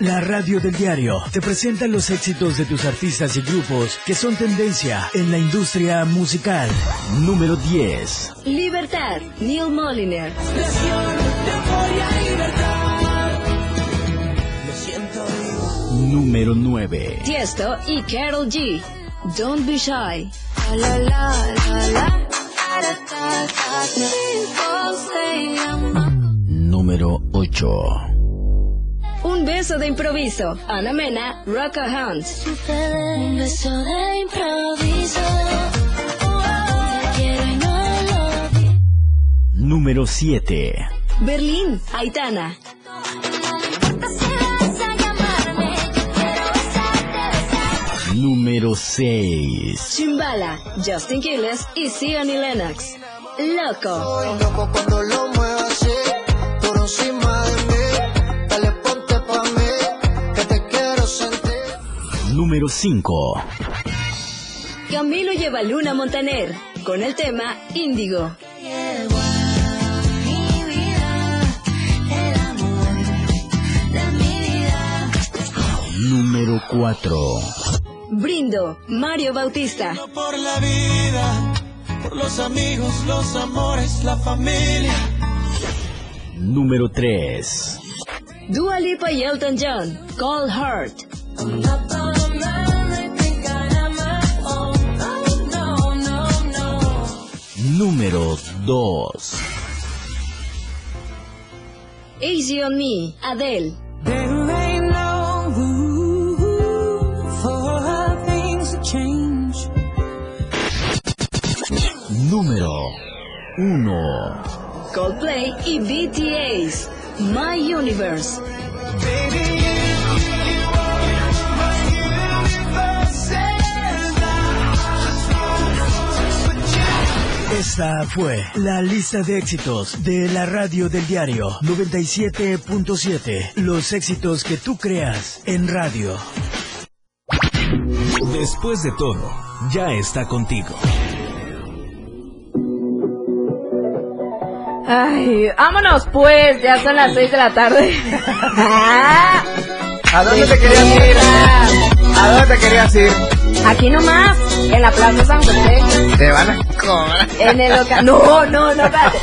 Speaker 2: La radio del diario te presenta los éxitos de tus artistas y grupos que son tendencia en la industria musical. Número 10.
Speaker 8: Libertad, Neil Moliner.
Speaker 2: Número 9.
Speaker 8: Tiesto y Carol G. Don't be shy. Ah,
Speaker 2: Número 8.
Speaker 8: Un beso de improviso. Ana Mena, Rock a Hunt.
Speaker 10: Un beso de improviso. Te quiero y no lo di.
Speaker 2: Número 7.
Speaker 8: Berlín, Aitana.
Speaker 10: Así vas a llamarme. Yo quiero besarte, besarte.
Speaker 2: Número 6.
Speaker 8: Chimbala, Justin Quiles y Siani Lennox. Loco.
Speaker 9: Loco cuando lo muevas así, por encima de mí, dale ponte pa' mí, que te quiero sentir.
Speaker 2: Número 5.
Speaker 8: Camilo lleva Luna Montaner con el tema Índigo.
Speaker 10: Llegó a mi vida el amor de mi vida.
Speaker 2: Número 4.
Speaker 8: Brindo, Mario Bautista.
Speaker 9: Por la vida, por los amigos, los amores, la familia.
Speaker 2: Número 3.
Speaker 8: Dua Lipa y Elton John. Cold Heart.
Speaker 10: Up all night, I think I
Speaker 11: número 2.
Speaker 8: Easy on Me, Adele.
Speaker 10: There ain't no room for things to change.
Speaker 11: Número 1.
Speaker 8: Coldplay y BTS. My Universe.
Speaker 12: Esta fue la lista de éxitos de la radio del diario 97.7. Los éxitos que tú creas en radio.
Speaker 2: Después de todo, ya está contigo.
Speaker 1: Ay, vámonos pues, ya son las 6 de la tarde. *laughs* Ah,
Speaker 3: ¿A dónde te querías ir? ¿A dónde te querías ir?
Speaker 1: Aquí nomás, en la Plaza San José.
Speaker 3: Te van a cobrar.
Speaker 1: *laughs* En el local. No, no, no, espérate.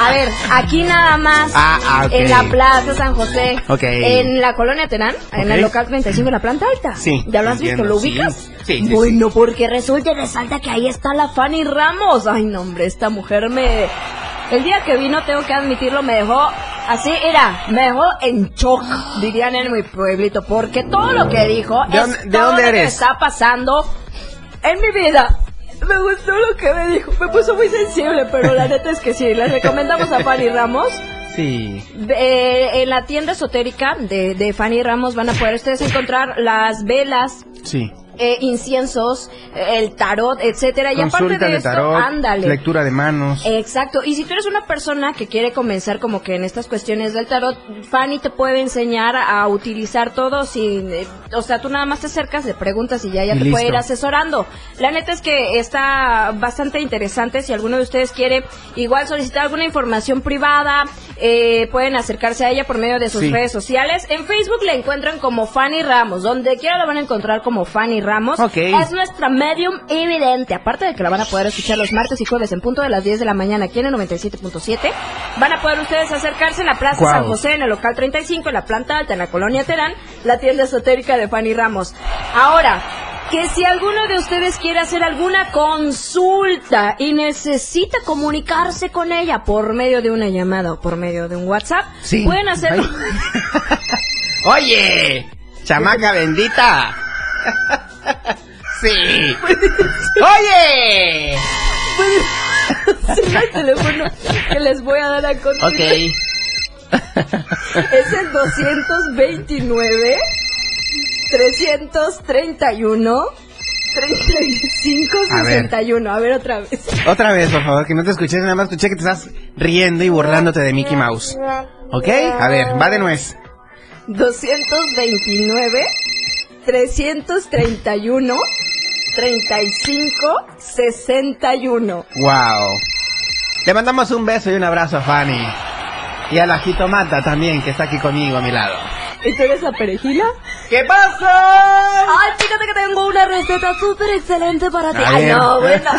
Speaker 1: A ver, aquí nada más.
Speaker 3: Ah, ah, ok.
Speaker 1: En la Plaza San José.
Speaker 3: Ok.
Speaker 1: En la colonia Terán, en
Speaker 3: Ok.
Speaker 1: el local 35 de la planta alta.
Speaker 3: Sí,
Speaker 1: ¿Ya lo has
Speaker 3: entiendo,
Speaker 1: visto? ¿Lo
Speaker 3: sí.
Speaker 1: ubicas?
Speaker 3: Sí, sí, sí.
Speaker 1: Bueno, porque resulta y resalta que ahí está la Fanny Ramos. Ay, no, hombre, esta mujer me. El día que vino, tengo que admitirlo, me dejó así, era, me dejó en shock, dirían en mi pueblito, porque todo lo que dijo
Speaker 3: ¿De
Speaker 1: es
Speaker 3: dónde- de
Speaker 1: todo
Speaker 3: dónde
Speaker 1: lo que
Speaker 3: eres?
Speaker 1: está pasando en mi vida. Me gustó lo que me dijo, me puso muy sensible, pero la neta es que sí, les recomendamos a Fanny Ramos.
Speaker 3: Sí.
Speaker 1: Eh, en la tienda esotérica de, de Fanny Ramos van a poder ustedes encontrar las velas,
Speaker 3: Sí.
Speaker 1: eh, inciensos, eh, el tarot, etcétera. Y aparte
Speaker 3: Consulta
Speaker 1: de
Speaker 3: de
Speaker 1: esto,
Speaker 3: tarot,
Speaker 1: ándale.
Speaker 3: lectura de manos.
Speaker 1: Exacto, y si tú eres una persona que quiere comenzar como que en estas cuestiones del tarot, Fanny te puede enseñar a utilizar todo sin, eh, o sea, tú nada más te acercas, le preguntas y ya, ya
Speaker 13: Y
Speaker 1: te puede
Speaker 13: listo.
Speaker 1: ir asesorando. La neta es que está bastante interesante, si alguno de ustedes quiere igual solicitar alguna información privada, eh, pueden acercarse a ella por medio de sus
Speaker 13: Sí.
Speaker 1: redes sociales. En Facebook la encuentran como Fanny Ramos, donde quiera la van a encontrar como Fanny Ramos.
Speaker 13: Ok.
Speaker 1: Es nuestra medium evidente. Aparte de que la van a poder escuchar los martes y jueves en punto de las 10 de la mañana aquí en el 97.7, van a poder ustedes acercarse en la Plaza
Speaker 13: Guau.
Speaker 1: San José, en el local 35, en la planta alta, en la colonia Terán, la tienda esotérica de Fanny Ramos. Ahora, que si alguno de ustedes quiere hacer alguna consulta y necesita comunicarse con ella por medio de una llamada o por medio de un WhatsApp,
Speaker 3: Sí.
Speaker 1: pueden hacerlo. *laughs*
Speaker 3: Oye, chamaca *laughs* bendita. Sí. Oye.
Speaker 1: Será el teléfono que les voy a dar a continuación.
Speaker 3: Ok.
Speaker 1: Es el 229 331 35
Speaker 3: A ver.
Speaker 1: 61. A ver otra vez.
Speaker 3: Otra vez, por favor, que no te escuché, nada más escuché que te estás riendo y burlándote de Mickey Mouse. ¿Ok? A ver, va de nuez.
Speaker 1: 229 331 35 61.
Speaker 3: Wow. Le mandamos un beso y un abrazo a Fanny. Y a la jitomata también, que está aquí conmigo a mi lado.
Speaker 1: ¿Y tú eres la perejila?
Speaker 3: ¿Qué pasa?
Speaker 1: Ay, fíjate que tengo una receta súper excelente para ti.
Speaker 3: A
Speaker 1: Ay,
Speaker 3: ver.
Speaker 1: no, bueno.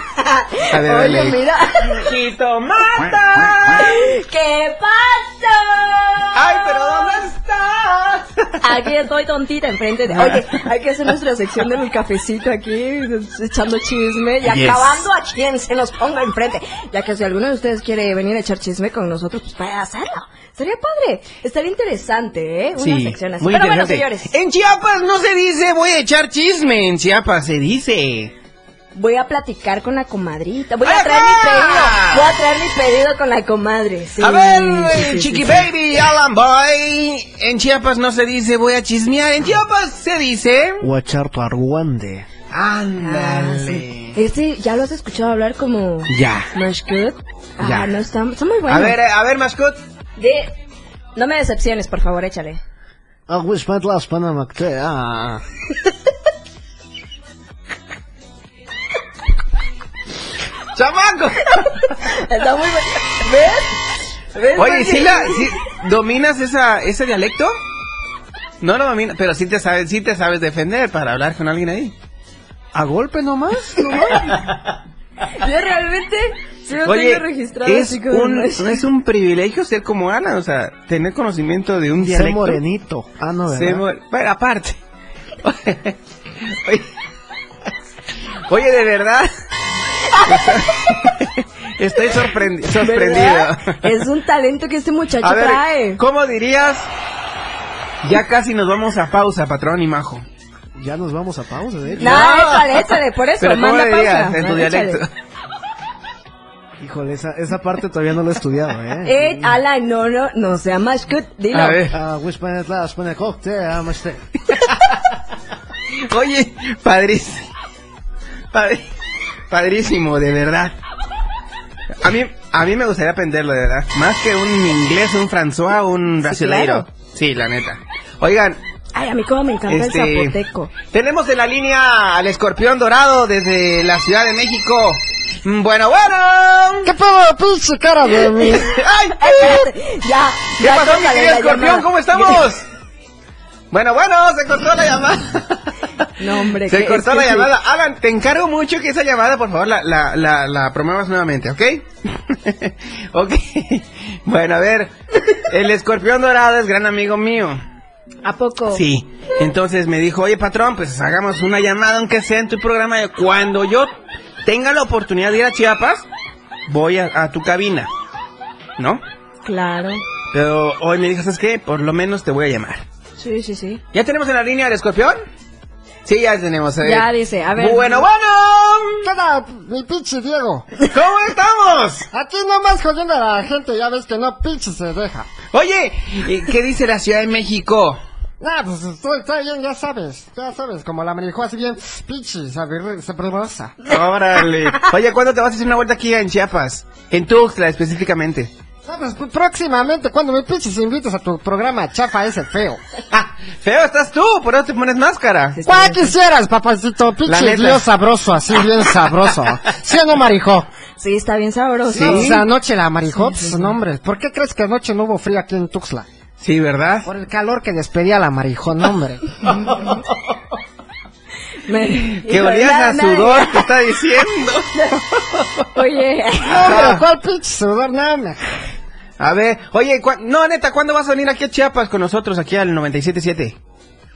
Speaker 3: *laughs* A ver,
Speaker 1: Oye,
Speaker 3: dale.
Speaker 1: mira.
Speaker 3: ¡Jitomata!
Speaker 1: ¿Qué pasa?
Speaker 3: Ay, pero ¿dónde
Speaker 1: *laughs*
Speaker 3: estás?
Speaker 1: Aquí estoy tontita enfrente de. Oye, hay que hacer nuestra sección del cafecito aquí, echando chisme y
Speaker 13: Yes.
Speaker 1: acabando a quien se nos ponga enfrente. Ya que si alguno de ustedes quiere venir a echar chisme con nosotros, pues puede hacerlo. Sería padre. Estaría interesante, ¿eh? Una sección así.
Speaker 3: muy
Speaker 1: Pero bueno,
Speaker 3: interesante.
Speaker 1: señores,
Speaker 3: En Chiapas no se dice voy a echar chisme, en Chiapas se dice.
Speaker 1: eh, voy a platicar con la comadrita. Voy a traer mi pedido. Voy a traer mi pedido con la comadre. Sí,
Speaker 3: a ver,
Speaker 1: sí,
Speaker 3: eh,
Speaker 1: sí, sí,
Speaker 3: Chiqui
Speaker 1: sí.
Speaker 3: Baby, Alan Boy, en Chiapas no se dice voy a chismear, en Chiapas se dice...
Speaker 12: Huacharto Arguande.
Speaker 3: Ándale.
Speaker 1: Ah, Este ya lo has escuchado hablar como.
Speaker 3: Ya.
Speaker 1: Smash Good. Ah,
Speaker 3: Ya.
Speaker 1: no, está, está muy bueno.
Speaker 3: A ver, eh, a ver, mascot.
Speaker 1: De... No me decepciones, por favor, échale.
Speaker 12: Aguismatlas Panamactea.
Speaker 3: ¡Chamaco!
Speaker 1: Está muy bueno. ¿Ves? ¿Ves?
Speaker 3: Oye, ¿sí,
Speaker 1: Porque-
Speaker 3: *laughs* la, sí- dominas esa, ese dialecto? No lo dominas, pero sí te, sabes, sí te sabes defender para hablar con alguien ahí. ¿A golpe *laughs* nomás?
Speaker 1: Yo realmente sí lo
Speaker 3: Oye,
Speaker 1: tengo registrado.
Speaker 3: es
Speaker 1: así como
Speaker 3: un,
Speaker 1: Smash.
Speaker 3: es un privilegio ser como Ana, o sea, tener conocimiento de un
Speaker 12: Sé
Speaker 3: dialecto.
Speaker 12: morenito. Ah, no,
Speaker 3: Sé
Speaker 12: ¿verdad?
Speaker 3: more- Bueno, aparte. *laughs*
Speaker 12: *laughs*
Speaker 3: Oye, oye, de verdad. Estoy sorprendi- sorprendido.
Speaker 1: ¿Verdad? Es un talento que este muchacho
Speaker 3: A ver,
Speaker 1: trae.
Speaker 3: ¿cómo dirías? Ya casi nos vamos a pausa, patrón y majo.
Speaker 13: Ya nos vamos a pausa, de hecho.
Speaker 1: No, échale, échale, por eso,
Speaker 3: Pero ¿cómo
Speaker 1: manda
Speaker 3: dirías
Speaker 1: pausa.
Speaker 3: en tu
Speaker 1: Ah, échale.
Speaker 3: dialecto?
Speaker 13: Híjole, esa, esa parte todavía no la he estudiado, ¿eh?
Speaker 1: Eh, Alan, no, no, no sea más good, dilo.
Speaker 13: Ah, wish me at last, when I um, call, te amo, te-
Speaker 3: *laughs* Oye, padrísimo. Padri- padrísimo, de verdad. A mí, a mí me gustaría aprenderlo, de verdad. Más que un inglés, un François, un brasileiro. Sí, la neta. Oigan,
Speaker 1: Ay, a mí como me encanta el
Speaker 3: Este-
Speaker 1: zapoteco.
Speaker 3: tenemos en la línea al escorpión dorado desde la Ciudad de México. Mm, Bueno, bueno.
Speaker 13: ¿Qué pedo, pinche
Speaker 3: *laughs*
Speaker 13: cara de mí?
Speaker 3: ¡Ay!
Speaker 1: Espérate, ya,
Speaker 3: ¿Qué
Speaker 1: ya
Speaker 3: pasó, mi
Speaker 1: córtale
Speaker 3: querido
Speaker 1: la
Speaker 3: escorpión?
Speaker 1: llamada.
Speaker 3: ¿Cómo estamos? Bueno, bueno, se cortó la llamada.
Speaker 1: No, hombre.
Speaker 3: Se
Speaker 1: que-
Speaker 3: cortó
Speaker 1: es
Speaker 3: la
Speaker 1: que sí.
Speaker 3: llamada. Alan, te encargo mucho que esa llamada, por favor, la, la, la, la promuevas nuevamente, ¿ok? *laughs* ok. *laughs* Bueno, a ver. El escorpión dorado es gran amigo mío.
Speaker 1: ¿A poco?
Speaker 3: Sí. Entonces me dijo, oye, patrón, pues hagamos una llamada, aunque sea en tu programa. de Cuando yo tenga la oportunidad de ir a Chiapas, voy a, a tu cabina. ¿No?
Speaker 1: Claro.
Speaker 3: Pero hoy me dijo, ¿sabes qué? Por lo menos te voy a llamar.
Speaker 1: Sí, sí, sí.
Speaker 3: ¿Ya tenemos en la línea al escorpión? Sí, ya tenemos. a ver.
Speaker 1: Ya dice, a ver.
Speaker 3: Bueno, bueno.
Speaker 13: ¿Qué onda, mi pinche Diego?
Speaker 3: ¿Cómo estamos?
Speaker 13: Aquí nomás jodiendo a la gente, ya ves que no pinche se deja.
Speaker 3: Oye, ¿y ¿qué dice la Ciudad de México?
Speaker 13: Nah, pues estoy, estoy bien, ya sabes, ya sabes, como la manejó así bien, pinche, sabir- sabrosa.
Speaker 3: Órale. Oye, ¿cuándo te vas a hacer una vuelta aquí en Chiapas? En Tuxtla específicamente.
Speaker 13: No, pues pr- próximamente, cuando me pinches invites a tu programa chafa ese feo.
Speaker 3: Ah, Feo estás tú, por eso te pones máscara.
Speaker 13: ¿Cuál quisieras, papacito?
Speaker 3: La
Speaker 13: Pinche
Speaker 3: neta.
Speaker 13: Dios sabroso, así bien sabroso. ¿Sí o no, marijó?
Speaker 1: Sí, está bien sabroso.
Speaker 13: No, pues, anoche la marijó, pues, no, hombre. ¿Por qué crees que anoche no hubo frío aquí en Tuxtla?
Speaker 3: Sí, ¿verdad?
Speaker 13: Por el calor que despedía la marijó,
Speaker 3: *laughs*
Speaker 13: no, hombre.
Speaker 1: Me-
Speaker 3: Que
Speaker 1: Híjole,
Speaker 3: olías
Speaker 1: nada,
Speaker 3: a
Speaker 1: nada,
Speaker 3: sudor, te está diciendo.
Speaker 1: Oye, *laughs*
Speaker 13: No, hombre, ¿cuál pinche sudor? No, hombre.
Speaker 3: A ver, oye, ¿cuá- no, neta, ¿cuándo vas a venir aquí a Chiapas con nosotros, aquí al 97.7?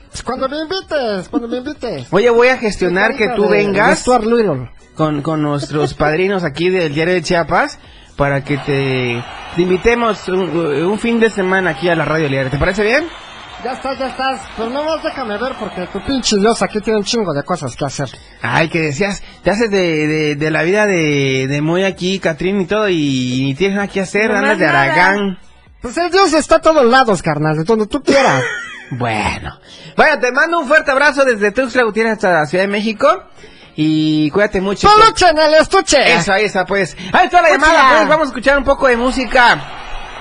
Speaker 13: Pues cuando me invites, cuando me invites.
Speaker 3: Oye, voy a gestionar que tú
Speaker 13: De- de
Speaker 3: vengas
Speaker 13: Stuart Little.
Speaker 3: con, con nuestros padrinos aquí del diario de Chiapas para que te, te invitemos un, un fin de semana aquí a la radio diario. ¿Te parece bien?
Speaker 13: Ya estás, ya estás. Pero nomás déjame ver porque tu pinche Dios aquí tiene un chingo de cosas que hacer.
Speaker 3: Ay, que decías, te haces de, de, de la vida de, de muy aquí, Catrín y todo, y ni tienes nada que hacer,
Speaker 1: No
Speaker 3: andas
Speaker 1: más
Speaker 3: de
Speaker 1: nada.
Speaker 3: Aragán.
Speaker 13: Pues el Dios está a todos lados, carnal, de donde tú
Speaker 3: *laughs*
Speaker 13: quieras.
Speaker 3: Bueno, bueno, te mando un fuerte abrazo desde Tuxtla Gutiérrez hasta la Ciudad de México, y cuídate mucho.
Speaker 13: ¡Peluche en el estuche!
Speaker 3: Eso, ahí está, pues. Ahí está la llamada,
Speaker 13: Escucha.
Speaker 3: pues. Vamos a escuchar un poco de música.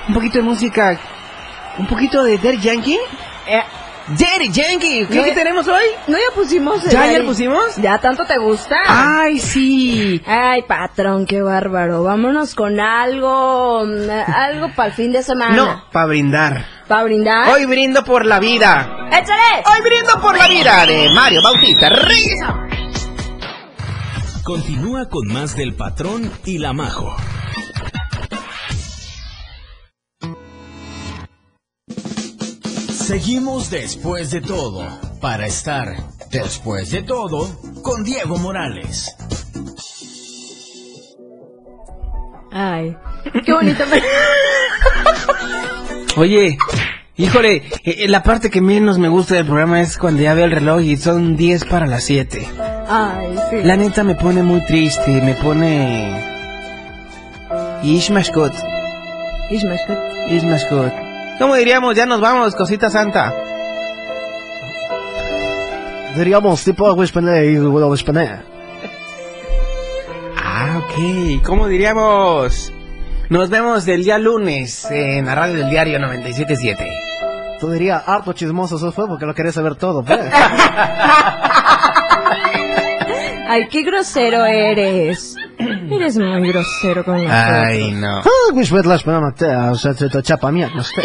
Speaker 3: Un poquito de música. Un poquito de Daddy Yankee.
Speaker 1: eh,
Speaker 3: Daddy Yankee, ¿qué,
Speaker 1: No,
Speaker 3: qué
Speaker 1: eh.
Speaker 3: tenemos hoy?
Speaker 1: ¿no ya pusimos? el
Speaker 3: ¿Ya ayer
Speaker 1: Daddy?
Speaker 3: pusimos? Ah.
Speaker 1: ¿Ya tanto te gusta?
Speaker 3: Ay, sí.
Speaker 1: Ay, patrón, qué bárbaro. Vámonos con algo, mm, algo para el fin de semana.
Speaker 3: No, para Ah. brindar.
Speaker 1: ¿Para brindar?
Speaker 3: Hoy brindo por la vida.
Speaker 1: ¡Échale!
Speaker 3: Hoy brindo por la vida de Mario Bautista. Regresamos.
Speaker 2: Continúa con más del patrón y la majo.
Speaker 12: Seguimos después de todo, para estar después de todo con Diego Morales.
Speaker 1: Ay, qué bonito.
Speaker 3: *laughs* Oye, híjole, eh, eh, la parte que menos me gusta del programa es cuando ya veo el reloj y son 10 para las 7.
Speaker 1: Ay, sí.
Speaker 3: La neta me pone muy triste, me pone... Ishmashkot,
Speaker 1: Ishmael.
Speaker 3: Ishmashkot. ¿Cómo diríamos? Ya nos vamos, cosita santa.
Speaker 13: Diríamos tipo Wishpene y Wishpene.
Speaker 3: Ah, ok. ¿Cómo diríamos? Nos vemos el día lunes en la radio del diario 977.
Speaker 13: Tú dirías, harto chismoso eso fue porque lo querías saber todo, *laughs* pues.
Speaker 1: Ay, qué grosero eres. Eres muy grosero con nosotros.
Speaker 3: Ay, no.
Speaker 13: Ah, Wishpene las pena, o sea, te te chapa mía, *laughs* no sé.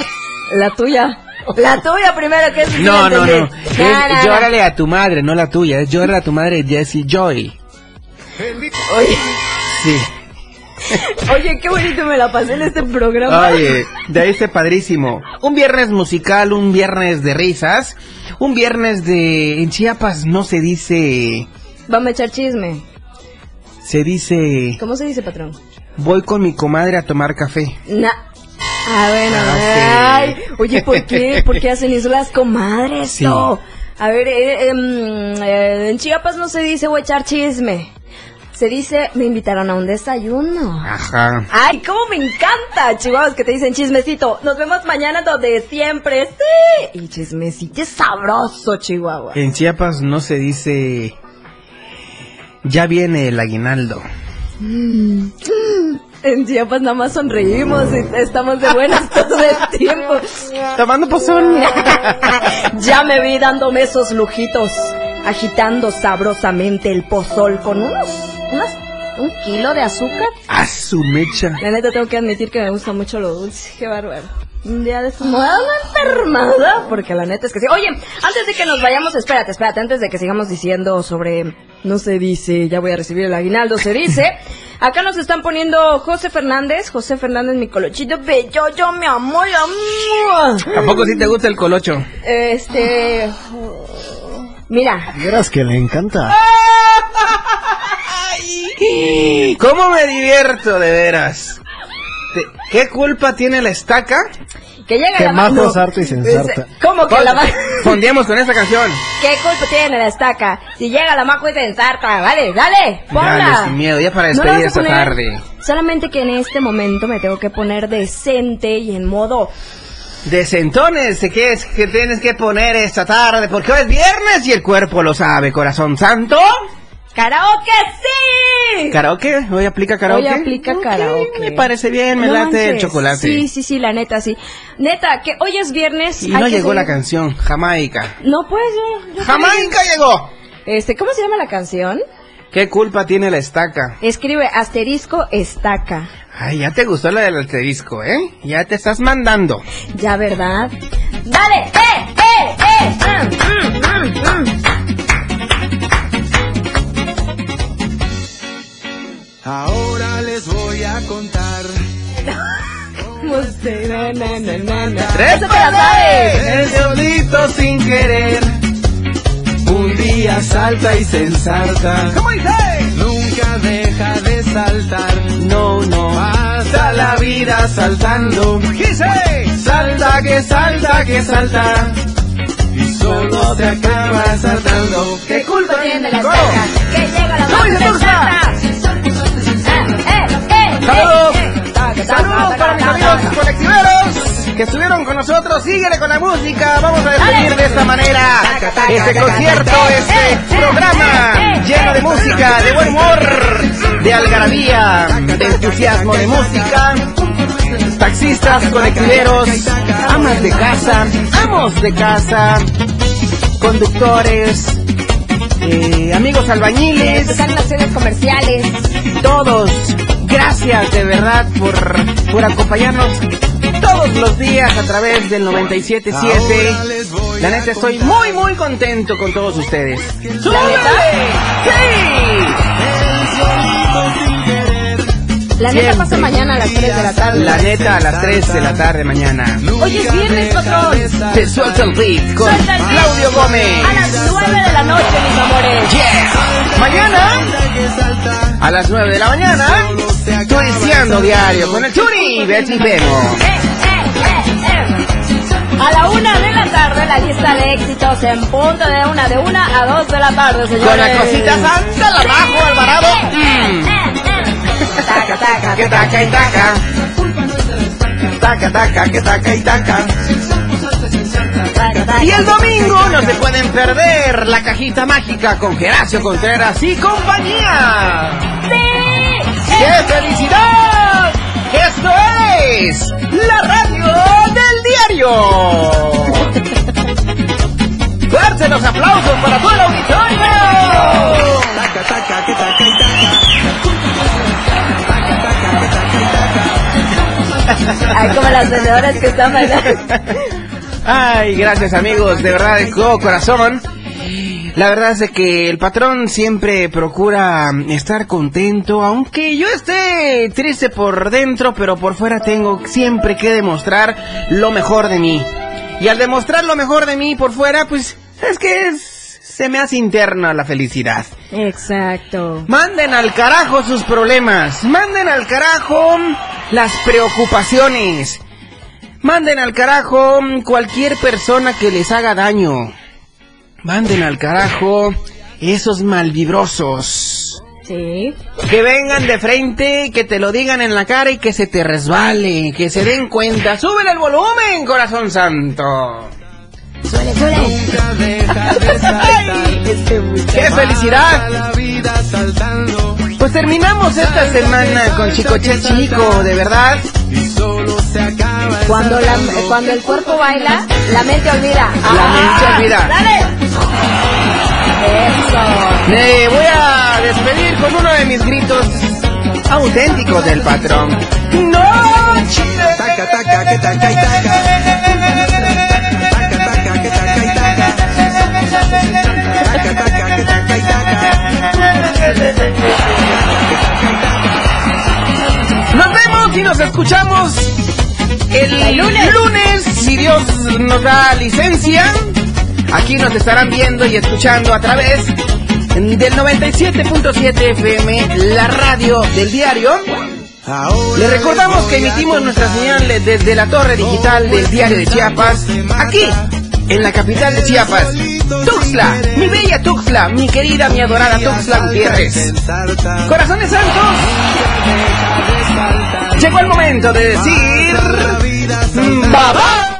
Speaker 1: La tuya. La tuya primero, que es
Speaker 3: *laughs* No, no, no.
Speaker 1: entender.
Speaker 3: Es
Speaker 1: Na, na, na.
Speaker 3: llórale a tu madre, no la tuya. Es llórale a tu madre, Jessie Joy.
Speaker 1: Oye,
Speaker 3: Sí.
Speaker 1: oye, qué bonito me la pasé en este programa.
Speaker 3: Oye, de ahí está padrísimo. Un viernes musical, un viernes de risas, un viernes de... En Chiapas no se dice...
Speaker 1: Vamos a echar chisme.
Speaker 3: Se dice...
Speaker 1: ¿Cómo se dice, patrón?
Speaker 3: Voy con mi comadre a tomar café.
Speaker 1: Na- Ah, bueno.
Speaker 3: Ah,
Speaker 1: ay, Oye, ¿por qué? ¿Por qué hacen eso las comadres?
Speaker 3: Sí.
Speaker 1: no? A ver, eh, eh, mm, eh, en Chiapas no se dice voy a echar chisme. Se dice, me invitaron a un desayuno.
Speaker 3: Ajá.
Speaker 1: Ay, cómo me encanta, chihuahuas, que te dicen chismecito. Nos vemos mañana donde siempre sí. Y chismecito es sabroso, chihuahua.
Speaker 3: En Chiapas no se dice. Ya viene el aguinaldo.
Speaker 1: Mm. En Chiapas nada más sonreímos y estamos de buenas todo el tiempo.
Speaker 3: Tomando pozón.
Speaker 1: ya me vi dándome esos lujitos, agitando sabrosamente el pozol con unos, unas- un kilo de azúcar.
Speaker 3: *laughs* A su mecha.
Speaker 1: La neta tengo que admitir que me gusta mucho lo dulce, qué bárbaro. Un día de estos me voy a dar una enfermada, porque la neta es que sí. Oye, antes de que nos vayamos, espérate, espérate, antes de que sigamos diciendo sobre no se dice, ya voy a recibir el aguinaldo, se dice. Acá nos están poniendo José Fernández, José Fernández, mi colochito bello, yo mi amor, la mua.
Speaker 3: Tampoco si te gusta el colocho?
Speaker 1: Este. Mira.
Speaker 12: Vieras que le encanta.
Speaker 3: *laughs* ¿Cómo me divierto de veras? Te- ¿Qué culpa tiene la estaca?
Speaker 1: Que llega
Speaker 12: Que
Speaker 1: la
Speaker 12: Majo
Speaker 1: mano.
Speaker 12: sarta y se ensarta.
Speaker 1: ¿Cómo que la mano?
Speaker 3: *laughs* Fondeamos con esta canción.
Speaker 1: ¿Qué culpa tiene la estaca? Si llega la majo y se ensarta, dale, dale, ponla.
Speaker 3: Dale, sin miedo, ya para
Speaker 1: No la
Speaker 3: despedir
Speaker 1: vas a
Speaker 3: esta
Speaker 1: poner.
Speaker 3: tarde.
Speaker 1: Solamente que en este momento me tengo que poner decente y en modo.
Speaker 3: Desentones, ¿qué es que tienes que poner esta tarde? Porque hoy es viernes y el cuerpo lo sabe, corazón santo.
Speaker 1: ¡Karaoke sí!
Speaker 3: ¿Karaoke? ¿Hoy aplica karaoke?
Speaker 1: Hoy aplica karaoke.
Speaker 3: me parece bien, me
Speaker 1: No
Speaker 3: late el
Speaker 1: manches.
Speaker 3: chocolate.
Speaker 1: Sí, sí, sí, la neta, sí. Neta, que hoy es viernes.
Speaker 3: Y no
Speaker 1: hay que
Speaker 3: llegó la
Speaker 1: seguir-
Speaker 3: canción, Jamaica.
Speaker 1: No, pues yo. yo-
Speaker 3: ¡Jamaica llegó!
Speaker 1: Este, ¿cómo se llama la canción?
Speaker 3: ¿Qué culpa tiene la estaca?
Speaker 1: Escribe asterisco estaca.
Speaker 3: Ay, ya te gustó la del asterisco, ¿eh? Ya te estás mandando.
Speaker 1: Ya, ¿verdad? ¡Dale! ¡Eh, eh, eh! ah, mm, mm, mm.
Speaker 9: Ahora les voy a contar.
Speaker 3: ¡Tres
Speaker 9: Eso te la
Speaker 3: palabras!
Speaker 9: sabes.
Speaker 3: El solito sin querer.
Speaker 9: Un día salta y se ensarta. Nunca deja de saltar. No, no. Pasa la vida saltando. Salta que salta que salta. Y solo se acaba saltando.
Speaker 3: ¿Qué culpa tiene la estaca?
Speaker 1: Que llega la
Speaker 3: ¡Soy
Speaker 1: banda
Speaker 3: Tuxtla!
Speaker 1: Eh,
Speaker 3: ¡Saludos! ¡Saludos para mis amigos colectiveros que estuvieron con nosotros! ¡Síguele con la música! ¡Vamos a despedir de esta manera este concierto, este programa lleno de música, de buen humor, de algarabía, de entusiasmo, de música! Taxistas, colectiveros, amas de casa, amos de casa, conductores, eh, amigos albañiles,
Speaker 1: Tocar canciones comerciales.
Speaker 3: todos. Gracias de verdad por, por acompañarnos todos los días a través del 97.7. La neta, estoy muy, muy contento con todos ustedes.
Speaker 1: La neta pasa mañana a las 3 de la tarde.
Speaker 3: La neta, a las 3 de la tarde mañana.
Speaker 1: Hoy es viernes, patrón.
Speaker 3: Se suelta el beat con
Speaker 1: Suelta el beat.
Speaker 3: Claudio Gómez.
Speaker 1: A las 9 de la noche, mis amores.
Speaker 3: Yeah. Mañana, a las 9 de la mañana, turiciando diario con el Turi Betty Pemo.
Speaker 1: Eh, A la 1 de la tarde, la lista de éxitos en punto de una de 1 a 2 de la tarde, señores.
Speaker 3: Con la cosita santa, la bajo Alvarado. Mm.
Speaker 1: Taca, taca,
Speaker 3: que taca *laughs* y taca. Taca, taca, que taca y taca. Y el domingo no se pueden perder la cajita mágica con Geracio Contreras y compañía. ¡Qué felicidad! Esto es la radio del diario. Fuerte los aplausos para todo el auditorio.
Speaker 1: Ay, como las vendedoras que están bailando.
Speaker 3: Ay, gracias amigos, de verdad, de todo corazón. La verdad es de que el patrón siempre procura estar contento, aunque yo esté triste por dentro, pero por fuera tengo siempre que demostrar lo mejor de mí. Y al demostrar lo mejor de mí por fuera, pues es que es- se me hace interna la felicidad.
Speaker 1: Exacto.
Speaker 3: Manden al carajo sus problemas. Manden al carajo las preocupaciones. Manden al carajo cualquier persona que les haga daño. Manden al carajo esos malvibrosos.
Speaker 1: Sí.
Speaker 3: Que vengan de frente, que te lo digan en la cara y que se te resbale, que se den cuenta. ¡Súbele el volumen, corazón santo!
Speaker 10: Suele, suele.
Speaker 9: Nunca deja de saltar.
Speaker 3: ¡Qué felicidad!
Speaker 9: Pasa la vida saltando.
Speaker 3: Pues terminamos esta semana con Chicoche Chico, de verdad.
Speaker 9: Y solo se acaba el
Speaker 1: Cuando, la-
Speaker 9: saltando.
Speaker 1: cuando el cuerpo baila, la mente olvida. Ah,
Speaker 3: La mente olvida.
Speaker 1: ¡Dale!
Speaker 3: Me voy a despedir con uno de mis gritos auténticos del patrón. ¡Noche!
Speaker 9: Taca, taca, que taca y taca. Taca, taca, que taca y taca. Taca, taca, que taca y taca.
Speaker 3: Nos vemos y nos escuchamos el lunes. si Dios nos da licencia. Aquí nos estarán viendo y escuchando a través del 97.7 FM, la radio del diario.
Speaker 9: Ahora
Speaker 3: Le recordamos que emitimos nuestra señal desde la torre digital del diario de Chiapas, aquí, en la capital de Chiapas. Tuxtla, mi bella Tuxtla, mi querida, mi adorada Tuxtla Gutiérrez.
Speaker 9: Salta.
Speaker 3: Corazones santos, llegó el momento de decir... "Mm,
Speaker 9: La vida
Speaker 3: ¡Bye, bye!